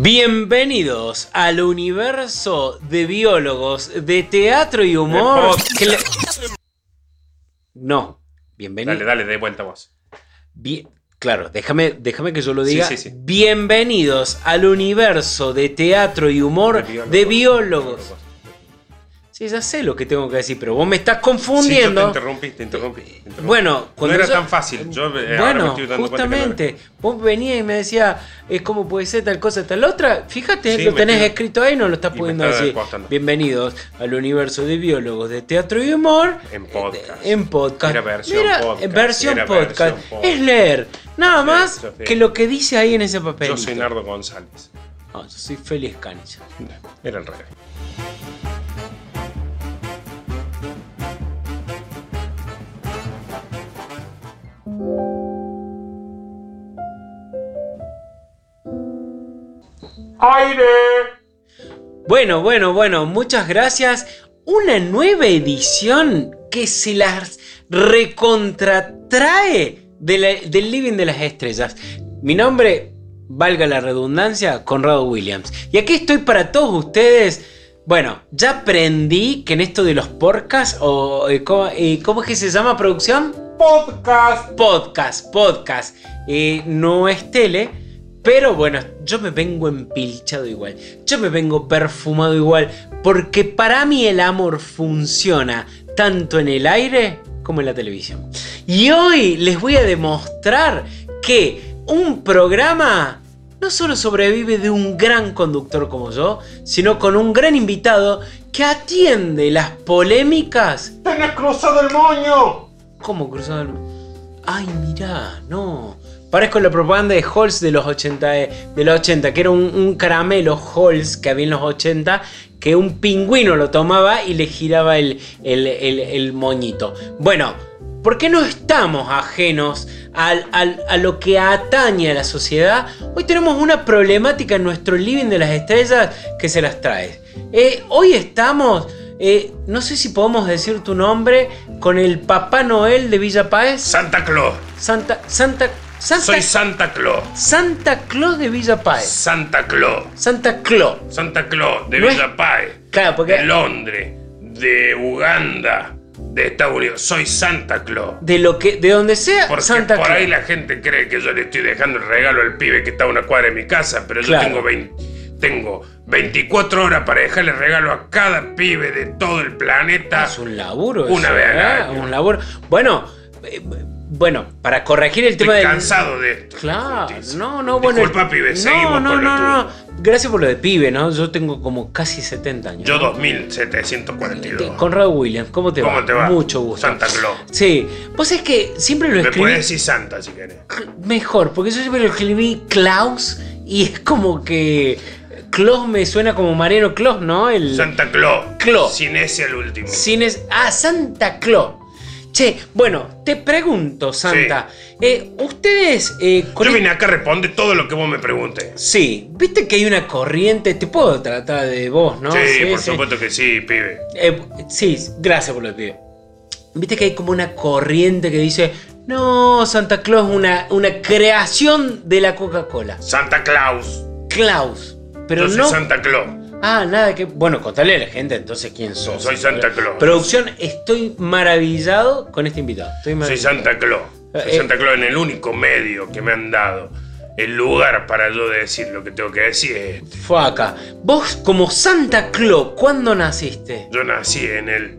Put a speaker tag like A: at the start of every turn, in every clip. A: Bienvenidos al universo de biólogos de teatro y humor. Cla- No, bienvenidos.
B: Dale, dale, de vuelta vos.
A: Bien- claro, déjame, déjame que yo lo
B: Sí,
A: diga.
B: sí, sí.
A: Bienvenidos al universo de teatro y humor de biólogos. Sí, ya sé lo que tengo que decir, pero vos me estás
B: Sí, yo te
A: confundiendo.
B: interrumpí, te interrumpí. te interrumpí.
A: bueno,
B: no
A: cuando
B: era
A: yo-
B: tan fácil. Yo, eh, ahora me
A: Bueno,
B: estoy dando cuenta que no era.
A: justamente, vos venías y me decías, es como puede ser tal cosa, tal otra. Fíjate,
B: Sí,
A: lo
B: me
A: tenés
B: estoy-
A: escrito ahí, no lo estás
B: y me
A: pudiendo
B: está
A: decir.
B: costando.
A: Bienvenidos al universo de biólogos de teatro y humor.
B: En podcast.
A: En podcast.
B: Era versión podcast,
A: eh, versión
B: era
A: podcast.
B: versión podcast.
A: Es leer, nada
B: Sí,
A: más
B: yo sé.
A: que lo que dice ahí en ese papel.
B: Yo soy Nardo González.
A: yo soy Félix Cancha.
B: Era el revés.
A: Bueno, bueno, bueno, muchas gracias. Una nueva edición que se las recontratrae de la- del Living de las Estrellas. Mi nombre, valga la redundancia, Conrado Williams. Y aquí estoy para todos ustedes. Bueno, ya aprendí que en esto de los podcasts, o eh, ¿cómo, eh, ¿cómo es que se llama producción?
B: Podcast.
A: podcast, podcast. Eh, no es tele, pero bueno, yo me vengo empilchado igual. Yo me vengo perfumado igual. Porque para mí el amor funciona tanto en el aire como en la televisión. Y hoy les voy a demostrar que un programa no solo sobrevive de un gran conductor como yo, sino con un gran invitado que atiende las polémicas
B: ¡Tenés cruzado el moño!
A: ¿Cómo cruzado el Ay, mirá, no. Parezco la propaganda de Halls de los 80, de de los 80 que era un, un caramelo Halls que había en los 80, que un pingüino lo tomaba y le giraba el, el- el- el moñito. Bueno, ¿por qué no estamos ajenos al- al- a lo que atañe a la sociedad? Hoy tenemos una problemática en nuestro living de las estrellas que se las trae. Eh, hoy estamos... Eh, no sé si podemos decir tu nombre con el Papá Noel de Villa Páez.
B: Santa Claus.
A: Santa. Santa. Santa.
B: Soy Santa Claus.
A: Santa Claus de Villa Páez.
B: Santa Claus.
A: Santa Claus.
B: Santa Claus de
A: No es-
B: Villa Páez.
A: Claro, porque.
B: De Londres. De Uganda. De Estados Unidos. Soy Santa Claus.
A: De lo que. De donde sea,
B: Porque
A: Santa
B: por
A: Claus.
B: ahí la gente cree que yo le estoy dejando el regalo al pibe que está a una cuadra de mi casa, pero yo
A: Claro.
B: tengo, 20 tengo 24 horas para dejarle regalo a cada pibe de todo el planeta.
A: Es un laburo.
B: Una
A: eso,
B: vez al
A: ¿verdad?
B: año.
A: Un labor. Bueno. eh, bueno, para corregir el tema
B: Estoy
A: del.
B: cansado de esto.
A: Claro,
B: Justicia.
A: no, no, bueno.
B: Disculpa, pibe,
A: No,
B: seguimos
A: no,
B: con lo
A: no,
B: tuyo.
A: no. Gracias por lo de pibe, ¿no? Yo tengo como casi 70 años.
B: Yo 2742.
A: Conrado Williams, ¿cómo te
B: ¿Cómo
A: va?
B: te va?
A: Mucho gusto.
B: Santa Claus.
A: Sí. Vos es que siempre lo
B: Me
A: escribí.
B: puedes decir Santa si querés.
A: Mejor, porque yo siempre lo escribí Klaus y es como que Klaus me suena como Mariano Klaus, ¿no? El
B: Santa Claus.
A: Claus.
B: Sin ese al último.
A: cines. Ah, Santa Claus. Che, bueno, te pregunto, Santa. eh, Ustedes. eh, con
B: Yo
A: el-
B: vine acá a responder todo lo que vos me preguntes.
A: Sí, viste que hay una corriente. Te puedo tratar de vos, ¿no?
B: sí, por supuesto que sí, pibe.
A: Eh, sí, gracias por lo que pide. Viste que hay como una corriente que dice. No, Santa Claus es una, una creación de la Coca-Cola.
B: Santa Claus.
A: Klaus. Pero
B: yo soy
A: no.
B: Santa Claus.
A: Ah, nada que. Bueno, contale a la gente entonces quién sos.
B: Soy Santa Claus.
A: Producción, estoy maravillado con este invitado. Estoy
B: Soy
A: maravillado.
B: Santa Claus. Soy
A: Eh.
B: Santa Claus en el único medio que me han dado. El lugar para yo decir lo que tengo que decir es este.
A: Fue acá. Vos, como Santa Claus, ¿cuándo naciste?
B: Yo nací en el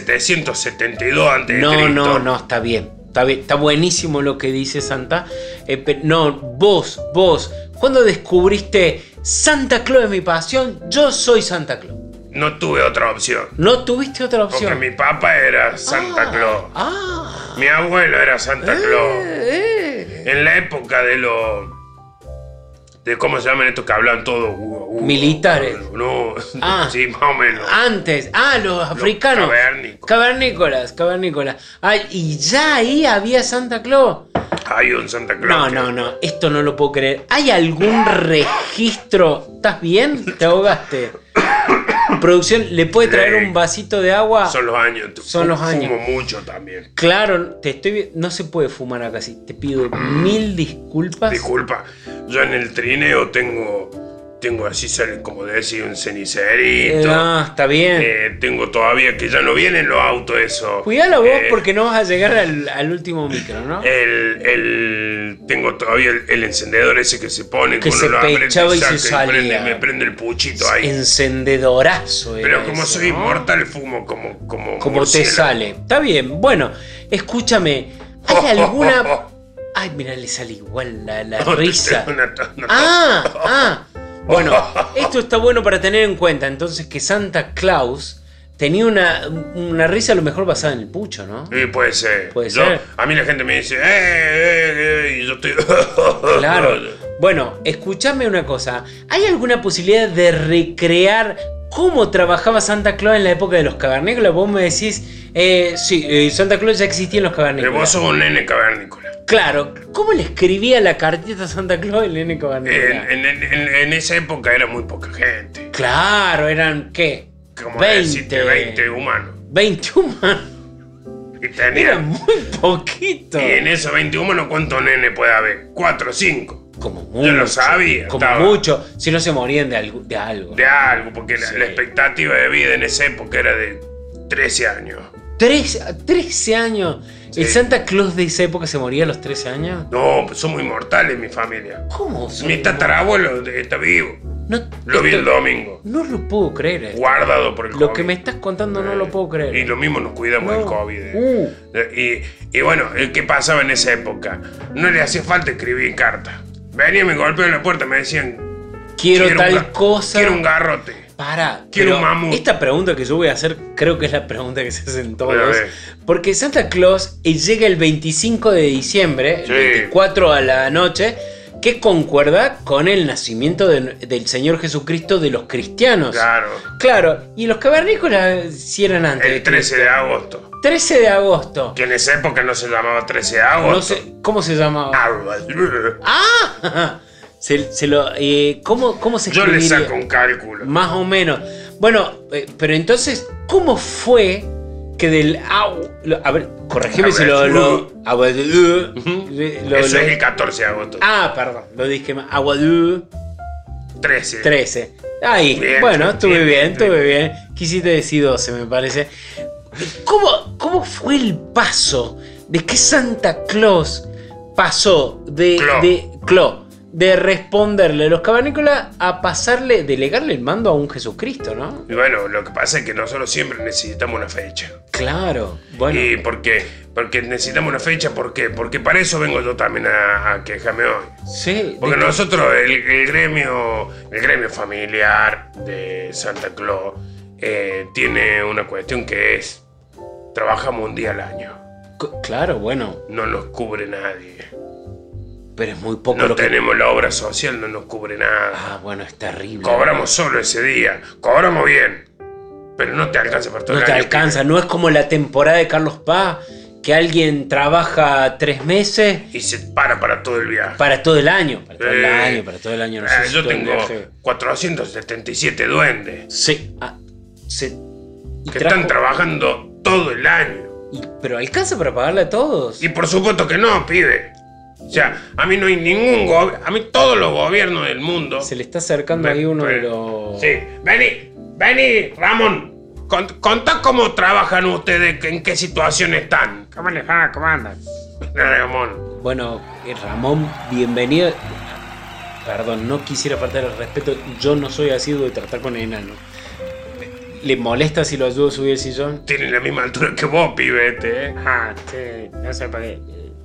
B: 1772 antes de
A: No,
B: Cristo.
A: no, no, está bien. Está, bien, está buenísimo lo que dice Santa. Eh, pe- no, vos, vos, ¿cuándo descubriste Santa Claus es mi pasión? Yo soy Santa Claus.
B: No tuve otra opción.
A: No tuviste otra opción.
B: Porque mi papá era Santa
A: Ah,
B: Claus.
A: Ah.
B: Mi abuelo era Santa Claus.
A: eh, eh.
B: En la época de los. de cómo se llaman estos que hablan todos. Hugo, Hugo,
A: Militares.
B: No,
A: Ah.
B: sí, más o menos.
A: Antes, ah, los africanos.
B: cavernícolas.
A: Cavernícolas, cavernícolas. Ay, y ya ahí había Santa Claus.
B: Hay un Santa Claus.
A: No,
B: que-
A: no, no, esto no lo puedo creer. ¿Hay algún registro? ¿Estás bien? ¿Te ahogaste? Producción, ¿le puede traer
B: Le-
A: un vasito de agua?
B: Son los años.
A: Son los años.
B: Fumo mucho también.
A: Claro, te estoy vi- no se puede fumar acá sí. Te pido mil disculpas.
B: Disculpa. Yo en el trineo tengo. Tengo así, sale como decir, un
A: Eh,
B: cenicerito.
A: no, está bien.
B: Eh, tengo todavía que ya no vienen los autos, eso.
A: Cuidalo vos
B: Eh,
A: porque no vas a llegar al, al último micro, ¿no?
B: El, el- tengo todavía el, el encendedor ese que se pone
A: Que
B: que uno
A: se
B: lo abre, te
A: pechaba y
B: saca
A: se salía.
B: prende- me prende el puchito ahí.
A: Encendedorazo. era
B: Pero como
A: ese,
B: soy
A: ¿no?
B: inmortal, fumo como. Como,
A: Como te
B: murciélago.
A: sale. Está bien. Bueno, escúchame. ¿Hay alguna. Ay, mira, le sale igual la, la
B: No, te
A: risa.
B: tengo una to- una to-
A: Ah, ah. Bueno, esto está bueno para tener en cuenta. Entonces, que Santa Claus tenía una, una risa a lo mejor basada en el pucho, ¿no?
B: Sí, puede ser.
A: Puede
B: Yo-
A: ser.
B: A mí la gente me dice, eh, eh, eh", y yo estoy.
A: Claro. Bueno, escúchame una cosa. ¿Hay alguna posibilidad de recrear cómo trabajaba Santa Claus en la época de los cavernícolas? Vos me decís, eh, sí, eh, Santa Claus ya existía en los
B: Pero
A: cavernícolas.
B: eh, vos sos un nene cavernícola.
A: Claro, ¿cómo le escribía la cartita a Santa Claus el nene cavernícola?
B: En, en- en- en esa época era muy poca gente.
A: Claro, eran, ¿qué?
B: Como decirte, 20 humanos.
A: 20 humanos.
B: Y tenía.
A: Era muy poquito.
B: Y en esos 20 humanos, ¿cuántos nene puede haber? 4 o 5.
A: Como mucho.
B: Yo lo sabía,
A: Como
B: estaba-
A: mucho. Si no se morían de algo. De algo.
B: De algo, porque la,
A: Sí.
B: la expectativa de vida en esa época era de 13 años.
A: Tres- 13 años. ¿El
B: Sí.
A: Santa Claus de esa época se moría a los 13 años?
B: No, pues somos inmortales, mi familia.
A: ¿Cómo? son?
B: Mi tatarabuelo de- está vivo.
A: No,
B: Lo vi
A: esto-
B: el domingo.
A: No lo puedo creer. esto.
B: Guardado por el
A: Lo que
B: COVID. Eh,
A: me estás contando no lo puedo creer. eh.
B: Y lo mismo nos cuidamos del
A: No.
B: COVID. eh.
A: Uh.
B: Eh, Y, y bueno, eh, ¿qué pasaba en esa época? No le hacía falta escribir cartas. Venía, me golpeaban la puerta, me decían...
A: quiero,
B: un
A: tal
B: ga-
A: cosa.
B: Quiero un garrote.
A: Para.
B: quiero
A: pero
B: un mamut.
A: Esta pregunta que yo voy a hacer, creo que es la pregunta que se hacen
B: Voy a
A: todos.
B: ver.
A: Porque Santa Claus eh, llega el 25 de diciembre, el
B: Sí.
A: 24 a la noche, que concuerda con el nacimiento de- del Señor Jesucristo de los cristianos.
B: Claro.
A: Claro, y los cavernícolas eh, si eran antes. de
B: El 13 de agosto.
A: Cristo. 13 de agosto.
B: Que en esa época no se llamaba 13 de agosto.
A: No sé, ¿Cómo se llamaba? ¡Ah! Se, se lo, eh, ¿cómo, ¿Cómo se
B: Yo le
A: escribiría?
B: saco un cálculo.
A: Más o menos. Bueno, eh, pero entonces, ¿cómo fue que del au? lo- a ver, corregime si lo. lo, a ver, eh, lo-
B: Eso
A: lo-
B: es el 14 de agosto.
A: ah, perdón, lo dije mal. Aguadú
B: 13.
A: 13. Ahí,
B: Bien,
A: bueno, estuve
B: bien,
A: bien,
B: bien.
A: estuve bien. Quisiste decir 12, me parece. ¿Cómo, ¿Cómo fue el paso de que Santa Claus pasó de.
B: Clo.
A: de Clo, de responderle a los cavernícolas a pasarle, delegarle el mando a un Jesucristo, ¿no?
B: Y bueno, lo que pasa es que nosotros siempre necesitamos una fecha.
A: Claro, bueno.
B: ¿Y por qué? Porque necesitamos una fecha, ¿por qué? Porque para eso vengo yo también a, a quejarme hoy.
A: sí,
B: Porque
A: de-
B: nosotros, eh, el, el gremio, el gremio familiar de Santa Claus, eh, tiene una cuestión que es, trabajamos un día al año,
A: c- claro, bueno,
B: no nos cubre nadie.
A: pero es muy poco
B: No
A: lo que.
B: tenemos la obra social, no nos cubre nada.
A: Ah, bueno, es terrible.
B: Cobramos solo ese día, cobramos bien, pero no te alcanza para todo
A: No
B: el
A: te
B: año,
A: alcanza, no es como la temporada de Carlos Paz, que alguien trabaja tres meses
B: pibe. Y se para para todo el viaje.
A: para todo el año. Para todo el
B: Eh,
A: año, para todo el año. No sé
B: Ah,
A: si
B: yo
A: todo el
B: tengo
A: viaje.
B: 477 duendes
A: Sí, ah, se- y
B: que
A: trajo-
B: están trabajando todo el año.
A: y- pero alcanza para pagarle a todos.
B: Y por supuesto que no, pibe. O sea, a mí no hay ningún gobierno. A mí todos los gobiernos del mundo.
A: Se le está acercando
B: Me-
A: ahí uno de
B: me-
A: los.
B: Sí. Vení, vení, Ramón. Con- contá cómo trabajan ustedes, en qué situación están.
C: ¿Cómo les va? ¿Cómo andan?
B: Ramón.
A: Bueno, eh, Ramón, bienvenido. Perdón, no quisiera faltar el respeto. Yo no soy asiduo de tratar con enano. ¿Le molesta si lo ayudo a subir el sillón?
B: Tienen la misma altura que vos, pibe, este, eh.
C: Ah, sí, no sé por qué.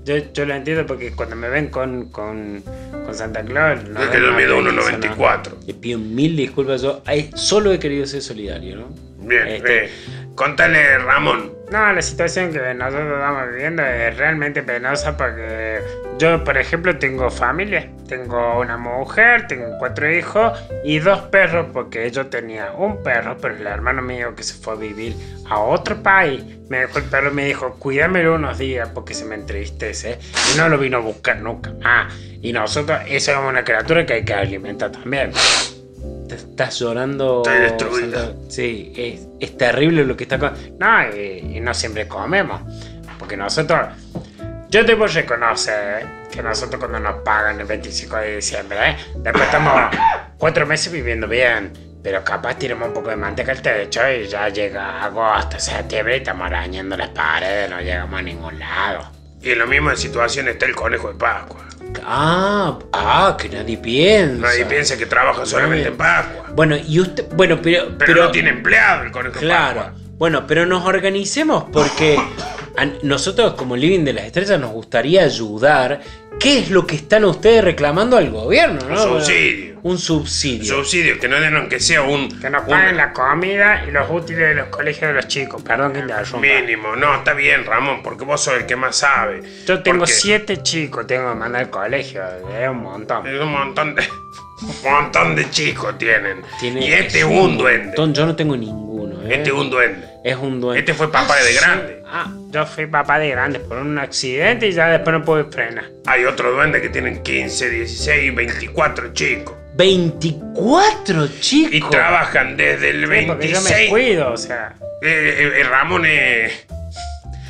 C: Yo, yo lo entiendo porque cuando me ven con, con, con Santa Claus. no
B: Es que
C: ven
B: yo
C: más
B: mido
C: bien eso, ¿no?
B: 1,94.
A: Le pido mil disculpas. Yo ay, solo he querido ser solidario, ¿no?
B: Bien,
A: Este,
B: eh, contale, Ramón.
C: No, la situación que nosotros estamos viviendo es realmente penosa porque yo, por ejemplo, tengo familia. Tengo una mujer, tengo cuatro hijos y dos perros porque yo tenía un perro, pero el hermano mío que se fue a vivir a otro país me dejó el perro y me dijo, cuídamelo unos días porque se me entristece y no lo vino a buscar nunca. Ah, y nosotros, eso es una criatura que hay que alimentar también.
A: te estás llorando.
B: Estoy destruido.
A: Santa- Sí, es, es terrible lo que está acá.
C: No, y, y no siempre comemos. Porque nosotros, yo debo reconocer ¿eh? que nosotros cuando nos pagan el 25 de diciembre, ¿eh? Después estamos cuatro meses viviendo bien, pero capaz tiramos un poco de manteca al techo y ya llega agosto, septiembre y estamos arañando las paredes, no llegamos a ningún lado.
B: Y en la misma situación está el conejo de Pascua.
A: Ah, ah, que nadie piensa.
B: Nadie piensa que trabaja solamente en Pascua.
A: Bueno, y usted, bueno, pero,
B: Pero, no tiene empleado el conejo de
A: Claro.
B: Pascua.
A: Bueno, pero nos organicemos porque a nosotros como Living de las Estrellas nos gustaría ayudar. ¿Qué es lo que están ustedes reclamando al gobierno?
B: Un
A: no?
B: subsidio.
A: Un subsidio.
B: Subsidio, que no den aunque sea un,
C: Que nos
B: un
C: paguen la comida y los útiles de los colegios de los chicos. Perdón que interrumpa.
B: mínimo. No, está bien, Ramón, porque vos sos el que más sabe.
C: Yo tengo
B: Porque
C: siete chicos, tengo que mandar al colegio, es un montón.
B: es Un montón de. Un montón de chicos tienen.
A: Tiene-
B: y este
A: es
B: es un duende.
A: montón, Yo no tengo ninguno. ¿eh?
B: Este es un duende.
A: Es un duende.
B: Este fue papá de grande.
C: Ah, yo fui papá de grande por un accidente y ya después no pude frenar.
B: Hay otro duende que tienen 15, 16, 24 chicos.
A: 24 chicos.
B: Y trabajan desde el
C: Sí, Porque yo me
B: 26.
C: cuido, o sea.
B: Eh, eh, eh, Ramón eh,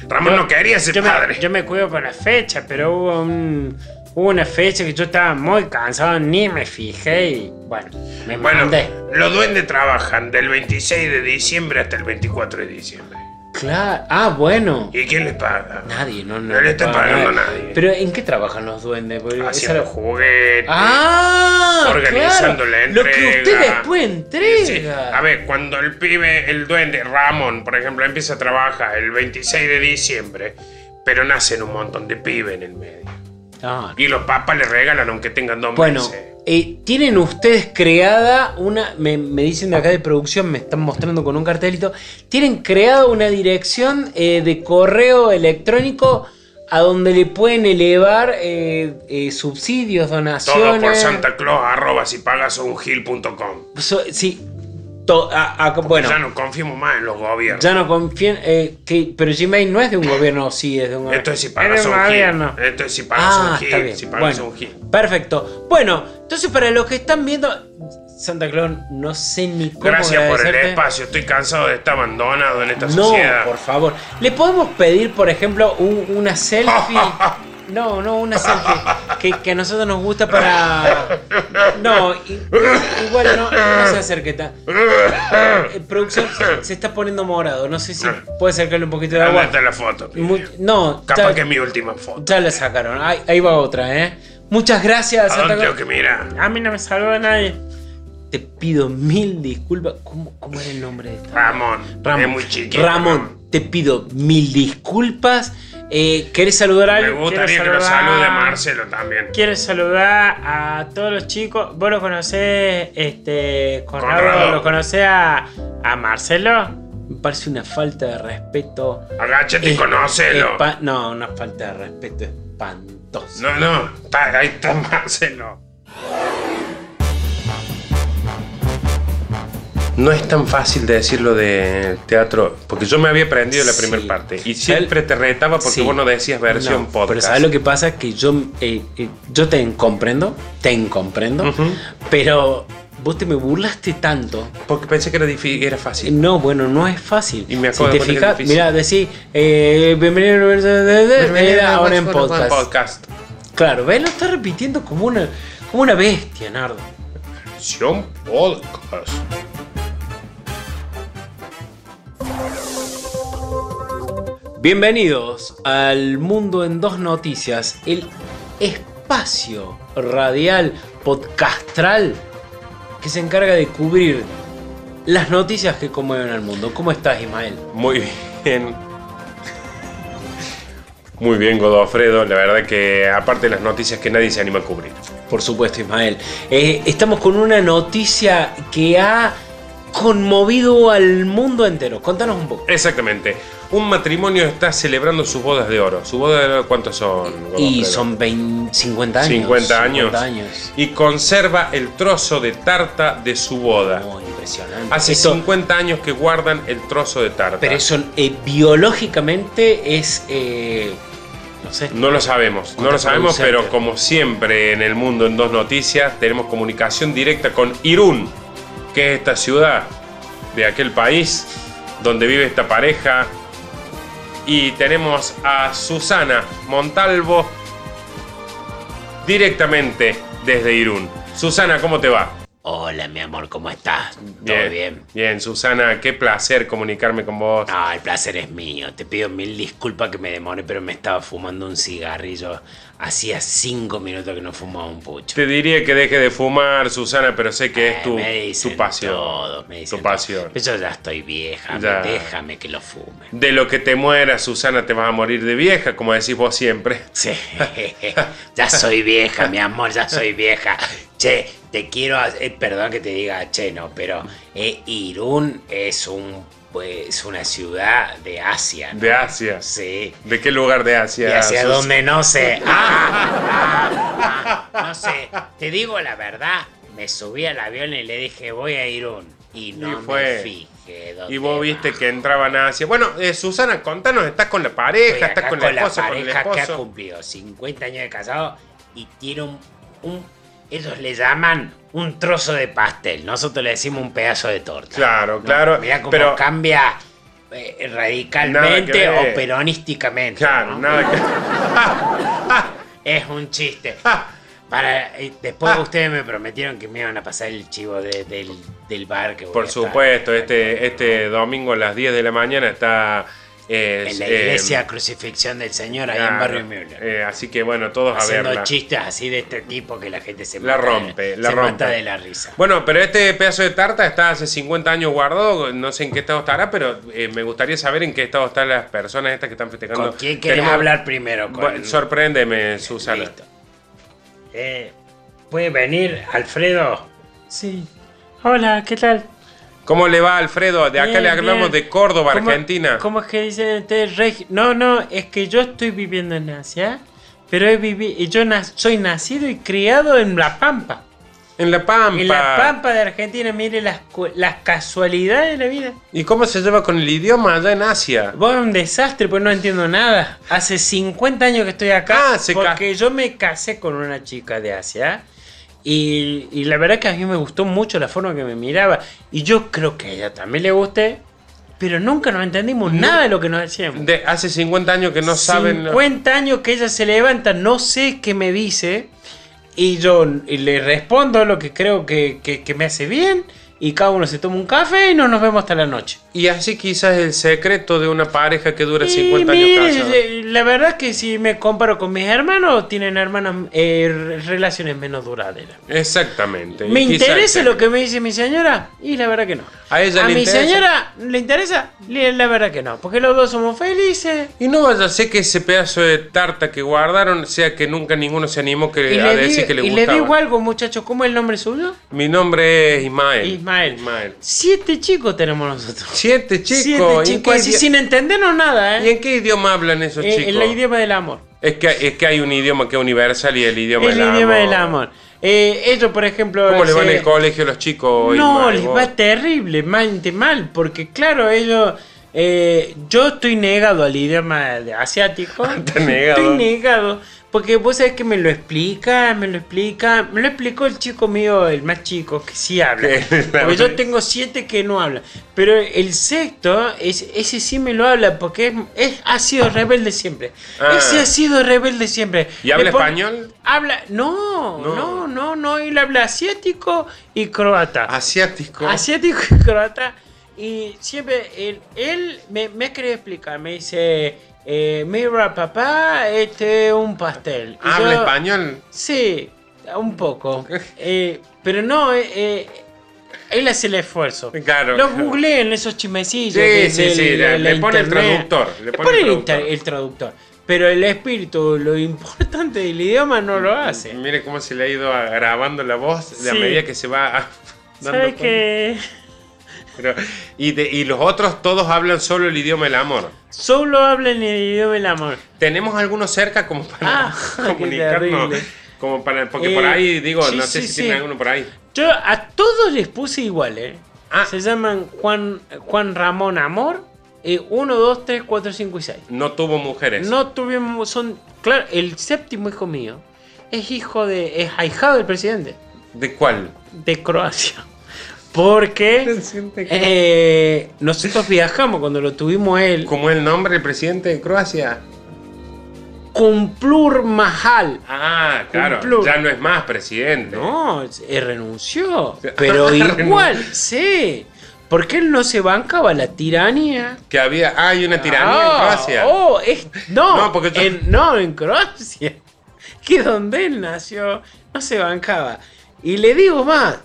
B: Ramón no quería ser
C: yo me,
B: padre.
C: yo me cuido con la fecha, pero hubo un- hubo una fecha que yo estaba muy cansado, ni me fijé y bueno, me
B: bueno,
C: mandé.
B: los duendes trabajan del 26 de diciembre hasta el 24 de diciembre.
A: Claro. Ah, bueno.
B: ¿Y quién les paga?
A: Nadie, no, no.
B: No le está
A: paga
B: pagando nadie. Ah,
A: Pero ¿en qué trabajan los duendes? Porque
C: Ah,
A: esa
B: Haciendo
A: era-
B: juguetes.
A: Ah,
B: Organizando
A: claro.
B: la
A: Lo que
B: entrega.
A: usted después entrega.
B: Sí, A ver, cuando el pibe, el duende, Ramón, por ejemplo, empieza a trabajar el 26 de diciembre, pero nacen un montón de pibes en el medio.
A: Ah,
B: Y los papás le regalan aunque tengan dos
A: Bueno,
B: meses.
A: eh, tienen ustedes creada una, me, me dicen de acá de producción, me están mostrando con un cartelito, tienen creada una dirección eh, de correo electrónico a donde le pueden elevar eh, eh, subsidios, donaciones.
B: Todo por Santa Claus, arroba si pagas un gil punto com.
A: So- sí, to- a- a- bueno,
B: Ya no confiamos más en los gobiernos.
A: ya no confíen, eh, que, pero Gmail no es de un gobierno, sí, es de un gobierno.
B: Esto es si pagas
C: Es de
B: un
C: un gobierno.
B: gil. Esto es si pagas un
A: Ah, está
B: gil.
A: bien.
B: Si pagas
A: Bueno,
B: un gil.
A: Perfecto. Bueno, entonces para los que están viendo, Santa Claus, no sé ni cómo.
B: Gracias por el
A: agradecerte.
B: espacio. Estoy cansado de estar abandonado en esta
A: No,
B: sociedad.
A: por favor. ¿Le podemos pedir, por ejemplo, un- una selfie? No, no, una selfie que, que a nosotros nos gusta para... No, i- igual no, no se acerque. ta- Eh, producción se, se está poniendo morado. No sé si puede acercarle un poquito de
B: ¿Dónde
A: agua.
B: está la foto? pibe?
A: Mu- no,
B: Capaz
A: ya-
B: que es mi última foto.
A: ya la sacaron. Ahí, ahí va otra, ¿eh? Muchas gracias,
B: ¿A
A: Santa
B: dónde tengo
A: Claus.
B: que mirar?
C: A mí no me saluda nadie.
A: Te pido mil disculpas. ¿Cómo, cómo era el nombre de esta?
B: Ramón.
A: Ramón.
B: Es muy chiquito.
A: Ramón, te pido mil disculpas. Eh, ¿Querés saludar a
B: Me
A: alguien?
B: gustaría que
C: quiero
B: lo salude
C: saludar.
B: Marcelo también.
C: Quiero saludar a todos los chicos. ¿Vos lo conocés, este, Conrado?
B: Conrado.
C: ¿Lo conocés a, a Marcelo?
A: Me parece una falta de respeto.
B: Agáchate y
A: Es-
B: conócelo.
A: espa- No, una falta de respeto espantosa.
B: No, no. está- Ahí está Marcelo. No es tan fácil de decirlo de teatro, porque yo me había aprendido la
A: Sí.
B: primera parte y
A: ¿Sabes?
B: siempre te retaba porque
A: Sí.
B: vos no decías versión
A: No,
B: podcast.
A: Pero ¿sabes lo que pasa? Que yo, eh, eh, yo te comprendo, te comprendo,
B: Ujú.
A: pero vos te me burlaste tanto.
B: Porque pensé que era, difí- era fácil.
A: No, bueno, no es fácil.
B: Y me
A: si
B: acabo de
A: te
B: poner
A: fijas,
B: difícil.
A: mira, decís, eh, bienvenido,
B: Bienvenido
A: bienvenido,
B: a
A: ahora en
B: Voz con
A: podcast.
B: podcast.
A: Claro, ¿ves? Lo está repitiendo como una, como una bestia, Nardo.
B: Versión podcast.
A: Bienvenidos al Mundo en Dos Noticias, el espacio radial podcastral que se encarga de cubrir las noticias que conmueven al mundo. ¿Cómo estás, Ismael?
B: Muy bien. Muy bien, Godofredo. La verdad que aparte de las noticias que nadie se anima a cubrir.
A: Por supuesto, Ismael. Eh, estamos con una noticia que ha conmovido al mundo entero. Contanos un poco.
B: Exactamente. Un matrimonio está celebrando sus bodas de oro. ¿Sus bodas de oro cuántos son?
A: Y
B: Godofredo?
A: son 20, 50 años.
B: 50 años.
A: 50 años.
B: Y conserva el trozo de tarta de su boda.
A: No, Oh, impresionante.
B: Hace
A: Esto-
B: 50 años que guardan el trozo de tarta.
A: Pero eso eh, biológicamente es. eh, no sé.
B: No lo sabemos, no lo sabemos,
A: Contraproducente.
B: pero como siempre en el mundo en dos noticias tenemos comunicación directa con Irún, que es esta ciudad de aquel país donde vive esta pareja. Y tenemos a Susana Montalvo directamente desde Irún. Susana, ¿cómo te va?
A: Hola, mi amor, ¿cómo estás? ¿Todo bien?
B: Bien, Susana, qué placer comunicarme con vos.
A: Ah, el placer es mío. Te pido mil disculpas que me demore, pero me estaba fumando un cigarrillo. Hacía cinco minutos que no fumaba un pucho.
B: Te diría que deje de fumar, Susana, pero sé que es
A: Eh,
B: tu,
A: me dicen
B: tu pasión.
A: todo, me dicen
B: tu
A: todo.
B: pasión.
A: Pero yo ya estoy vieja,
B: Ya.
A: déjame que lo fume.
B: De lo que te mueras, Susana, te vas a morir de vieja, como decís vos siempre.
A: Sí, ya soy vieja, mi amor, ya soy vieja. Che, te quiero, ha- eh, perdón que te diga che, no, pero eh, Irún es un eh, es una ciudad de Asia. ¿no?
B: De Asia.
A: Sí.
B: ¿De qué lugar de
A: Y
B: Asia?
A: hacia
B: Sus-
A: donde no sé. Ah, ah, ah, no sé. Te digo la verdad, me subí al avión y le dije voy a Irún. Y no
B: Y fue.
A: me fijé dónde
B: Y vos viste
A: va.
B: que entraban a Asia. Bueno, eh, Susana, contanos, estás con la
A: Estoy
B: pareja, estás
A: acá
B: con la esposa, con el
A: pareja que ha
B: esposo.
A: cumplido 50 años de casado y tiene un, un- ellos le llaman un trozo de pastel. Nosotros le decimos un pedazo de torta.
B: Claro, claro.
A: Mirá cómo
B: Pero,
A: cambia eh, radicalmente
B: Nada que ver.
A: o peronísticamente.
B: claro,
A: ¿no?
B: nada que.
A: Es un chiste.
B: Ah,
A: Para, eh, después
B: Ah.
A: ustedes me prometieron que me iban a pasar el chivo de- del, del bar que voy a
B: Por
A: estar.
B: supuesto, este, este domingo a las 10 de la mañana está. eh,
A: En la
B: eh,
A: iglesia Crucifixión del Señor, ahí en
B: claro,
A: Barrio Müller.
B: eh, así que bueno, todos a
A: haciendo
B: verla.
A: chistes así de este tipo que la gente se
B: La
A: mata
B: rompe,
A: de,
B: la
A: se
B: rompe.
A: mata de la risa.
B: Bueno, pero este pedazo de tarta está hace 50 años guardado, no sé en qué estado estará, pero eh, me gustaría saber en qué estado están las personas estas que están festejando.
A: ¿Con quién querés
B: Tenemos-
A: hablar primero? Con-
B: Bueno, sorpréndeme, Susana.
A: Listo. Eh, ¿Puede venir Alfredo?
D: Sí. Hola, ¿qué tal?
B: ¿Cómo le va Alfredo? De acá
D: Bien,
B: le hablamos
D: bien.
B: de Córdoba,
D: ¿Cómo-
B: Argentina.
D: ¿Cómo es que dicen ustedes regi- No, no, es que yo estoy viviendo en Asia, pero he vivi- y yo na- soy nacido y criado en La Pampa.
B: En La Pampa.
D: En La Pampa de Argentina, mire las, cu- las casualidades de la vida.
B: ¿Y cómo se lleva con el idioma allá en Asia?
D: Vos es un desastre, pues no entiendo nada. Hace 50 años que estoy acá
B: Ah, se ca-
D: porque yo me casé con una chica de Asia y, y la verdad que a mí me gustó mucho la forma que me miraba y yo creo que a ella también le guste, pero nunca nos entendimos nada de lo que nos decíamos.
B: De hace 50 años que no saben.
D: 50 años que ella se levanta, no sé qué me dice y yo y le respondo lo que creo que, que- que me hace bien y cada uno se toma un café y no nos vemos hasta la noche.
B: Y así quizás el secreto de una pareja que dura
D: Y
B: 50 años
D: mire,
B: casada.
D: le- La verdad que si me comparo con mis hermanos, tienen hermanas eh, re- relaciones menos duraderas.
B: Exactamente.
D: ¿Me
B: Quizás-
D: interesa lo que me dice mi señora? Y la verdad que no.
B: A ella le
D: mi
B: interesa.
D: señora le interesa, Le- la verdad que no. Porque los dos somos felices.
B: Y no vaya a ser que ese pedazo de tarta que guardaron sea que nunca ninguno se animó que,
D: Y
B: a
D: le,
B: decir
D: digo,
B: que le
D: y le
B: gustaba.
D: digo algo, muchachos, ¿cómo es el nombre suyo?
B: Mi nombre es Ismael.
D: Ismael. Siete chicos tenemos nosotros.
B: Siete chicos.
D: Siete
B: ¿Y, en qué
D: chicos, así
B: idi-
D: sin entendernos nada,
B: y
D: ¿eh?
B: en qué idioma hablan esos
D: Eh,
B: chicos?
D: el idioma del amor.
B: Es que, es que hay un idioma que es universal y el idioma
D: el
B: del amor.
D: idioma del amor. Eh, ellos, por ejemplo.
B: ¿Cómo le va en
D: se-
B: el colegio a los chicos?
D: No,
B: Ismael,
D: les
B: vos?
D: va terrible, mal, te- mal, porque claro, ellos... eh, yo estoy negado al idioma de- asiático.
B: Está negado.
D: Estoy negado. Porque vos sabés que me lo explica, me lo explica. Me lo explicó el chico mío, el más chico, que sí habla.
B: Que-
D: Porque yo tengo siete que no hablan. Pero el sexto, es, ese sí me lo habla porque es, es- ha sido rebelde siempre.
B: Ah.
D: Ese ha sido rebelde siempre.
B: ¿Y habla
D: Le pon-
B: español?
D: Habla, no,
B: No.
D: no, no, no, Él habla asiático y croata
B: Asiático.
D: asiático y croata. Y siempre él, él me, me ha querido explicar. Me dice: eh, Mira, papá, este es un pastel. Y
B: ¿Habla
D: yo,
B: español?
D: Sí, un poco. Eh, pero no, eh, eh, él hace el esfuerzo.
B: Claro,
D: Los
B: claro.
D: googleen esos chismecillos.
B: Sí,
D: de-
B: sí,
D: de
B: sí,
D: la-
B: le-
D: la
B: le pone el
D: internet.
B: traductor,
D: Le pone el, tra- el traductor. Pero el espíritu, lo importante del idioma, no lo hace.
B: Mire cómo se le ha ido agravando la voz de a
D: Sí.
B: medida que se va a- dando
D: ¿Sabes
B: cuenta.
D: qué?
B: Pero- y, de- y los otros todos hablan solo el idioma del amor.
D: Solo hablan el idioma del amor.
B: ¿Tenemos algunos cerca como para
D: Ah, qué
B: comunicarnos?
D: terrible.
B: Como para, porque
D: Eh,
B: por ahí, digo,
D: sí,
B: no sé
D: sí,
B: si
D: sí.
B: tienen alguno por ahí.
D: Yo a todos les puse igual, ¿eh?
B: Ah.
D: Se llaman Juan, Juan Ramón Amor. eh, 1, 2, 3, 4, 5 y 6.
B: No tuvo mujeres.
D: No tuvimos. Son. Claro, el séptimo hijo mío es hijo de. Es ahijado del presidente
B: ¿De cuál?
D: de Croacia. Porque. eh, nosotros viajamos cuando lo tuvimos él.
B: ¿Cómo es el nombre del presidente de Croacia?
D: Kumplur Mahal.
B: Ah, claro.
D: Cumplú.
B: Ya no es más presidente.
D: No, eh, renunció. Pero igual, sí. Porque él no se bancaba la tiranía.
B: Que había. ah, hay una tiranía
D: Ah,
B: en Croacia.
D: Oh, es- no,
B: No, porque yo-
D: en, no, en Croacia. Que donde él nació no se bancaba. Y le digo más,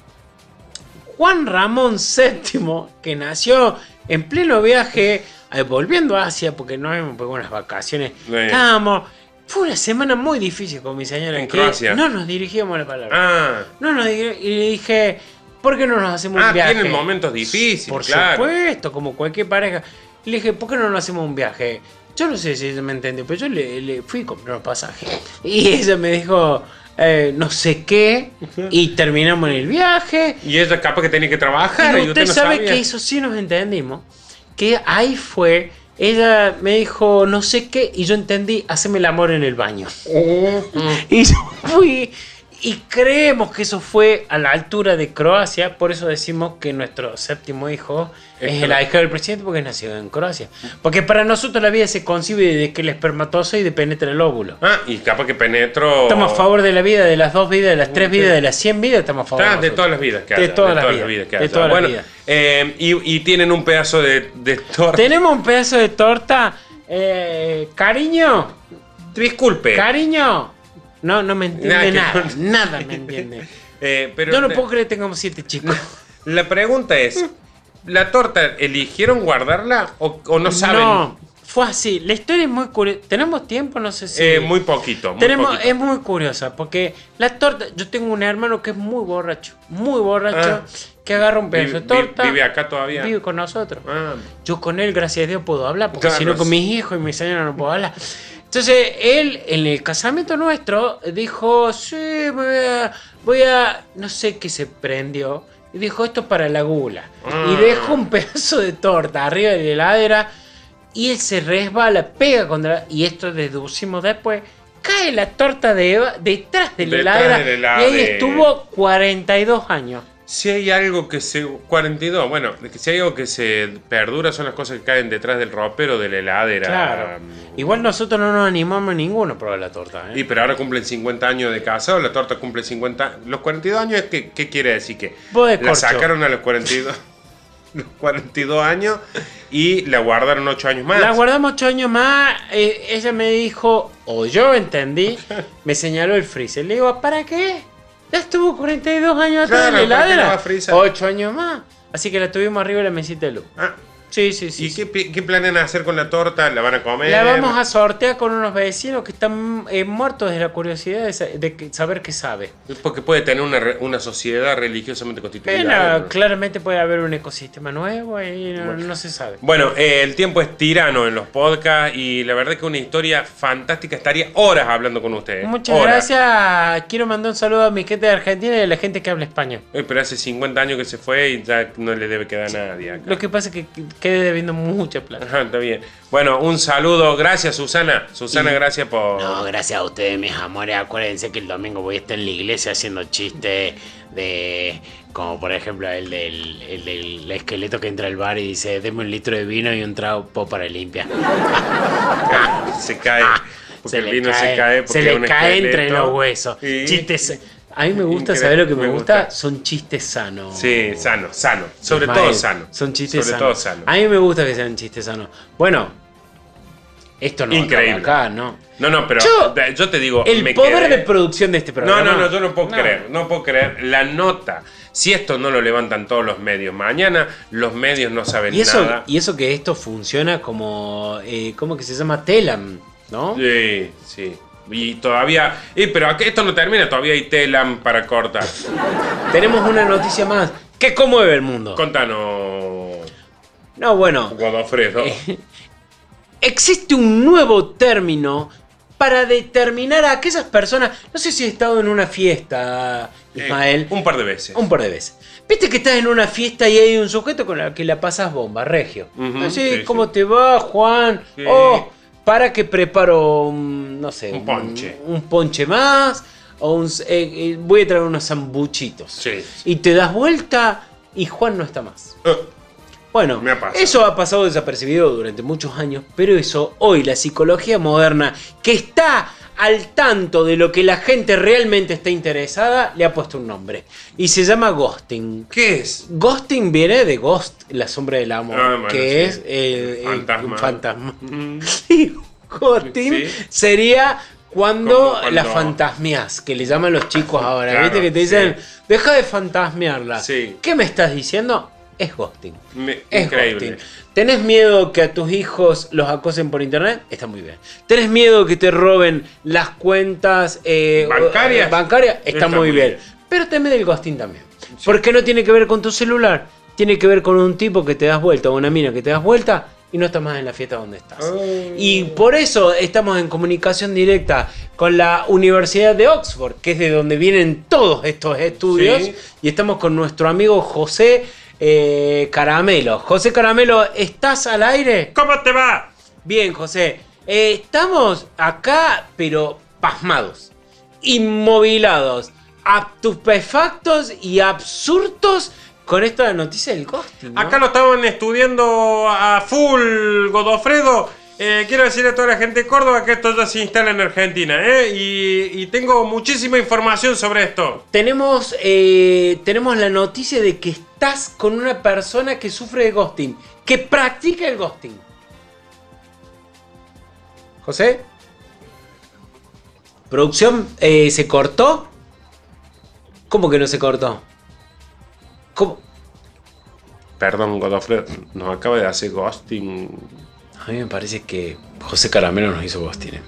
D: Juan Ramón VII, que nació en pleno viaje, eh, volviendo a Asia, porque no hemos pegado unas vacaciones,
B: Sí.
D: estábamos... Fue una semana muy difícil con mi señora.
B: En
D: que
B: Croacia.
D: No nos dirigíamos a la palabra.
B: Ah,
D: No, no, y y le dije, ¿por qué no nos hacemos
B: Ah,
D: un viaje?
B: tienen momentos difíciles,
D: Por
B: claro.
D: supuesto, como cualquier pareja. Le dije, ¿por qué no nos hacemos un viaje? Yo no sé si ella me entendió, pero yo le, le fui a comprar un pasaje. Y ella me dijo, eh, no sé qué, y terminamos en el viaje.
B: y ella capaz que tenía que trabajar.
D: Y
B: Y
D: usted, sabe
B: no sabía.
D: que eso sí nos entendimos. Que ahí fue, ella me dijo, no sé qué, y yo entendí, haceme el amor en el baño.
B: Uh,
D: Y yo fui. Y creemos que eso fue a la altura de Croacia, por eso decimos que nuestro séptimo hijo es el hijo del presidente porque es nacido en Croacia. Porque para nosotros la vida se concibe desde que el espermatozoide penetra el óvulo.
B: Ah, y capaz que penetro.
D: Estamos a favor de la vida, de las dos vidas, de las tres vidas, de las cien vidas, estamos a favor.
B: Ah, de
D: nosotros.
B: todas las vidas que
D: De
B: haya,
D: todas las vidas,
B: que
D: de
B: haya.
D: todas las
B: bueno,
D: vidas.
B: eh, y, y tienen un pedazo de, de torta.
D: Tenemos un pedazo de torta. Eh, cariño,
B: Disculpe.
D: cariño. No, no me entiende
B: Eh. Nada, que
D: nada, nada me entiende.
B: eh, pero
D: Yo no
B: la-
D: puedo creer que tengamos siete chicos.
B: La pregunta es: ¿la torta eligieron guardarla o, o no saben?
D: No, fue así. La historia es muy curiosa. Tenemos tiempo, no sé si.
B: Eh, muy poquito. Muy
D: Tenemos,
B: poquito.
D: es muy curiosa, porque la torta. Yo tengo un hermano que es muy borracho, muy borracho,
B: Ah.
D: que agarra un pedazo de
B: Vi- vi-
D: torta.
B: Vive acá todavía.
D: vive con nosotros.
B: Ah,
D: Yo con él, gracias a Dios, puedo hablar, porque si no
B: Claro,
D: con
B: sí.
D: mis hijos y mis señora no puedo hablar. Entonces, él, en el casamiento nuestro, dijo, sí, me voy a, voy a-". no sé qué se prendió, y dijo, esto es para la gula. Y
B: Ah.
D: dejó un pedazo de torta arriba de la heladera, y él se resbala, pega contra, la- y esto deducimos después, cae la torta de Eva detrás de la
B: Detrás
D: heladera,
B: de
D: y
B: la
D: ahí
B: de-
D: estuvo 42 años.
B: Si hay algo que se. 42, bueno, de que si hay algo que se perdura son las cosas que caen detrás del ropero, de la heladera.
D: Claro. Igual nosotros no nos animamos ninguno a probar la torta. ¿eh?
B: Y pero ahora cumplen 50 años de casado, la torta cumple 50. Los 42 años, ¿qué, qué quiere decir? Que
D: Vos de
B: la
D: corcho.
B: sacaron a los 42, los 42 años y la guardaron 8 años más.
D: La guardamos ocho años más. eh, ella me dijo, o yo entendí, me señaló el freezer. Le digo, ¿para qué? Ya estuvo 42 años atrás
B: Claro,
D: en la
B: ¿para qué la va
D: heladera.
B: a freezer?
D: 8 años más. Así que la tuvimos arriba de la mesita de luz.
B: Ah,
D: Sí, sí, sí.
B: ¿Y
D: sí.
B: qué, pi- qué planean hacer con la torta? ¿La van a comer?
D: La vamos a sortear con unos vecinos que están eh, muertos de la curiosidad de, sa- de que- saber qué sabe.
B: Porque puede tener una, re- una sociedad religiosamente constituida.
D: Pero
B: adentro.
D: claramente puede haber un ecosistema nuevo y no, no se sabe.
B: Bueno, eh, el tiempo es tirano en los podcasts y la verdad que una historia fantástica. Estaría horas hablando con ustedes.
D: Muchas
B: Horas.
D: gracias. Quiero mandar un saludo a mi gente de Argentina y a la gente que habla español.
B: Eh, pero hace 50 años que se fue y ya no le debe quedar a nadie acá.
D: Lo que pasa es que quedé debiendo mucha plata.
B: Ajá, está bien. Bueno, un saludo. Gracias, Susana. Susana, gracias por.
A: No, gracias a ustedes, mis amores. Acuérdense que el domingo voy a estar en la iglesia haciendo chistes de. Como por ejemplo el del, el del esqueleto que entra al bar y dice: Deme un litro de vino y un trapo para limpia.
B: Se cae.
D: Ah,
B: Porque
A: se
B: el
A: le
B: vino se
A: cae,
B: cae. porque
A: se
B: es
A: le
B: un
A: cae
B: esqueleto.
A: entre los huesos.
B: Sí.
A: Chistes.
D: A mí me gusta,
B: Increíble,
D: ¿sabes lo que me,
B: me
D: gusta?
B: gusta.
D: Son chistes sanos.
B: Sí, sano, sano. Sobre
D: Ismael,
B: todo sano.
D: Son chistes
B: Sobre
D: sanos.
B: todo sano.
D: A mí me gusta que sean chistes sanos. Bueno, esto no
B: Increíble.
D: acaba acá, ¿no?
B: No, no, pero
D: Yo-
B: da- yo, te digo.
D: El
B: me
D: poder
B: quedé-
D: de producción de este programa.
B: No, no, no, yo no puedo creer, no puedo creer. La nota, si esto no lo levantan todos los medios mañana, los medios no saben
D: Y eso,
B: nada.
D: y eso que esto funciona como. eh, ¿Cómo que se llama? Telam, ¿no?
B: Sí, sí. Y todavía. Y pero aquí esto no termina, todavía hay telam para cortar.
D: Tenemos una noticia más que conmueve el mundo.
B: Contanos,
D: No, bueno.
B: Godofredo.
D: Eh, existe un nuevo término para determinar a aquellas personas. No sé si he estado en una fiesta, Ismael.
B: Eh, un par de veces.
D: Un par de veces. Viste que estás en una fiesta y hay un sujeto con el que la pasas bomba, Regio.
B: Ujú,
D: Así,
B: sí,
D: ¿cómo
B: sí.
D: te va, Juan?
B: Sí.
D: Oh, para que preparo, un, no sé.
B: Un ponche.
D: Un, ponche más. O un, s- eh, eh, voy a traer unos sambuchitos.
B: Sí.
D: Y te das vuelta y Juan no está más.
B: Eh,
D: Bueno,
B: Me ha pasado.
D: eso ha pasado desapercibido durante muchos años, pero eso hoy la psicología moderna, que está al tanto de lo que la gente realmente está interesada, le ha puesto un nombre. Y se llama ghosting.
B: ¿Qué es?
D: Ghosting viene de Ghost, la sombra del amor,
B: Ah, bueno,
D: que
B: sí.
D: es eh, eh,
B: Fantasma.
D: un fantasma. Sí, ghosting
B: Sí.
D: sería
B: Como
D: cuando
B: cuando-
D: las fantasmeas, que le llaman los chicos ahora.
B: Claro,
D: ¿Viste que te
B: sí.
D: dicen, deja de fantasmearla?
B: Sí.
D: ¿Qué me estás diciendo? Es ghosting.
B: Me-
D: Es
B: increíble.
D: ghosting. ¿Tenés miedo que a tus hijos los acosen por internet? Está muy bien. ¿Tenés miedo que te roben las cuentas eh,
B: ¿Bancarias?
D: eh, bancarias? Está, muy bien. Pero teme del ghosting también. Porque no tiene que ver con tu celular. Tiene que ver con un tipo que te das vuelta o una mina que te das vuelta y no estás más en la fiesta donde estás. Y por eso estamos en comunicación directa con la Universidad de Oxford, que es de donde vienen todos estos estudios.
B: Sí.
D: Y estamos con nuestro amigo José eh, Caramelo. José Caramelo, ¿estás al aire?
E: ¿Cómo te va?
D: Bien, José. Eh, estamos acá, pero pasmados, inmovilados, aptupefactos y absurdos con esta noticia del ghosting. ¿no?
F: Acá lo estaban estudiando a full, Godofredo. Eh, quiero decirle a toda la gente de Córdoba que esto ya se instala en Argentina, ¿eh? Y, y tengo muchísima información sobre esto.
D: Tenemos, eh, tenemos la noticia de que estás con una persona que sufre de ghosting, que practica el ghosting. José. ¿Producción eh, se cortó? ¿Cómo que no se cortó? ¿Cómo?
B: Perdón, Godofredo, nos acaba de hacer ghosting.
D: A mí me parece que José Caramelo nos hizo ghosting. eh.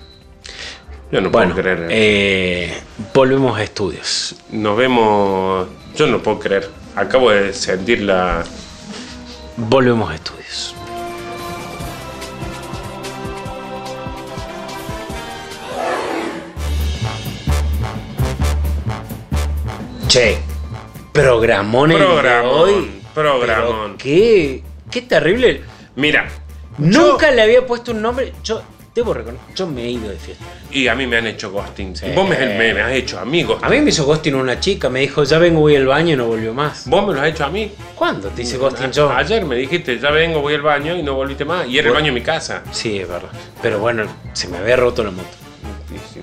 B: Yo no
D: Bueno,
B: puedo creer.
D: eh, volvemos a estudios.
B: Nos vemos. Yo no puedo creer. Acabo de sentir la.
D: Volvemos a estudios. Che, programón el de
B: Programón,
D: hoy.
B: programón.
D: Pero Qué, qué terrible.
B: Mira,
D: Nunca le había puesto un nombre. Yo debo reconocer, yo me he ido de fiesta.
B: y a mí me han hecho ghosting. Vos me, me- me has hecho amigos.
D: A mí me hizo ghosting una chica, me dijo, ya vengo, voy al baño y no volvió más.
B: Vos me lo has hecho a mí.
D: ¿Cuándo te
B: Mm,
D: hice
B: ah,
D: ghosting yo?
B: Ayer me dijiste, ya vengo, voy al baño y no volviste más. Y era el baño de mi casa.
D: Sí, es verdad. Pero bueno, se me había roto la moto.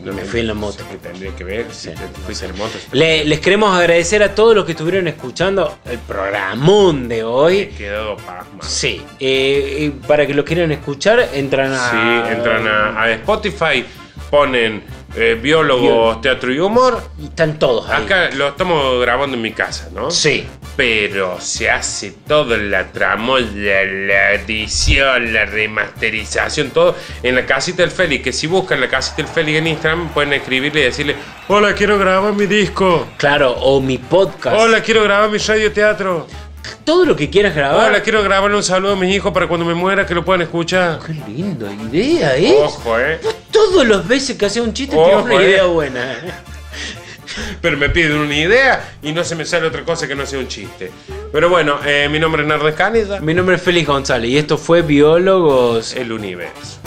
D: Me fui en la moto.
B: Que tendría que ver si te fuiste en la moto.
D: Le- les queremos agradecer a todos los que estuvieron escuchando el programón de
B: He
D: hoy.
B: quedado pasma. Sí,
D: Sí, eh, y para que lo quieran escuchar, entran a.
B: entran a, a Spotify, ponen eh, biólogos, teatro y humor.
D: y Están todos ahí.
B: Acá lo estamos grabando en mi casa, ¿no?
D: Sí.
B: Pero se hace todo la tramoya, la edición, la remasterización, todo en la casita del Félix. Que si buscan la casita del Félix en Instagram, pueden escribirle y decirle: Hola, quiero grabar mi disco.
D: Claro, o mi podcast.
B: Hola, quiero grabar mi radioteatro.
D: Todo lo que quieras grabar.
B: Hola, quiero grabarle un saludo a mis hijos para cuando me muera que lo puedan escuchar.
D: Qué linda idea, ¿eh?
B: Ojo, eh.
D: Vos Todos los veces que haces un chiste tienes
B: Ojo,
D: una idea
B: eh.
D: buena.
B: Pero me piden una idea y no se me sale otra cosa que no sea un chiste. Pero bueno, eh, mi nombre es Nardes Canilla,
D: Mi nombre es Félix González y esto fue Biólogos
B: el universo.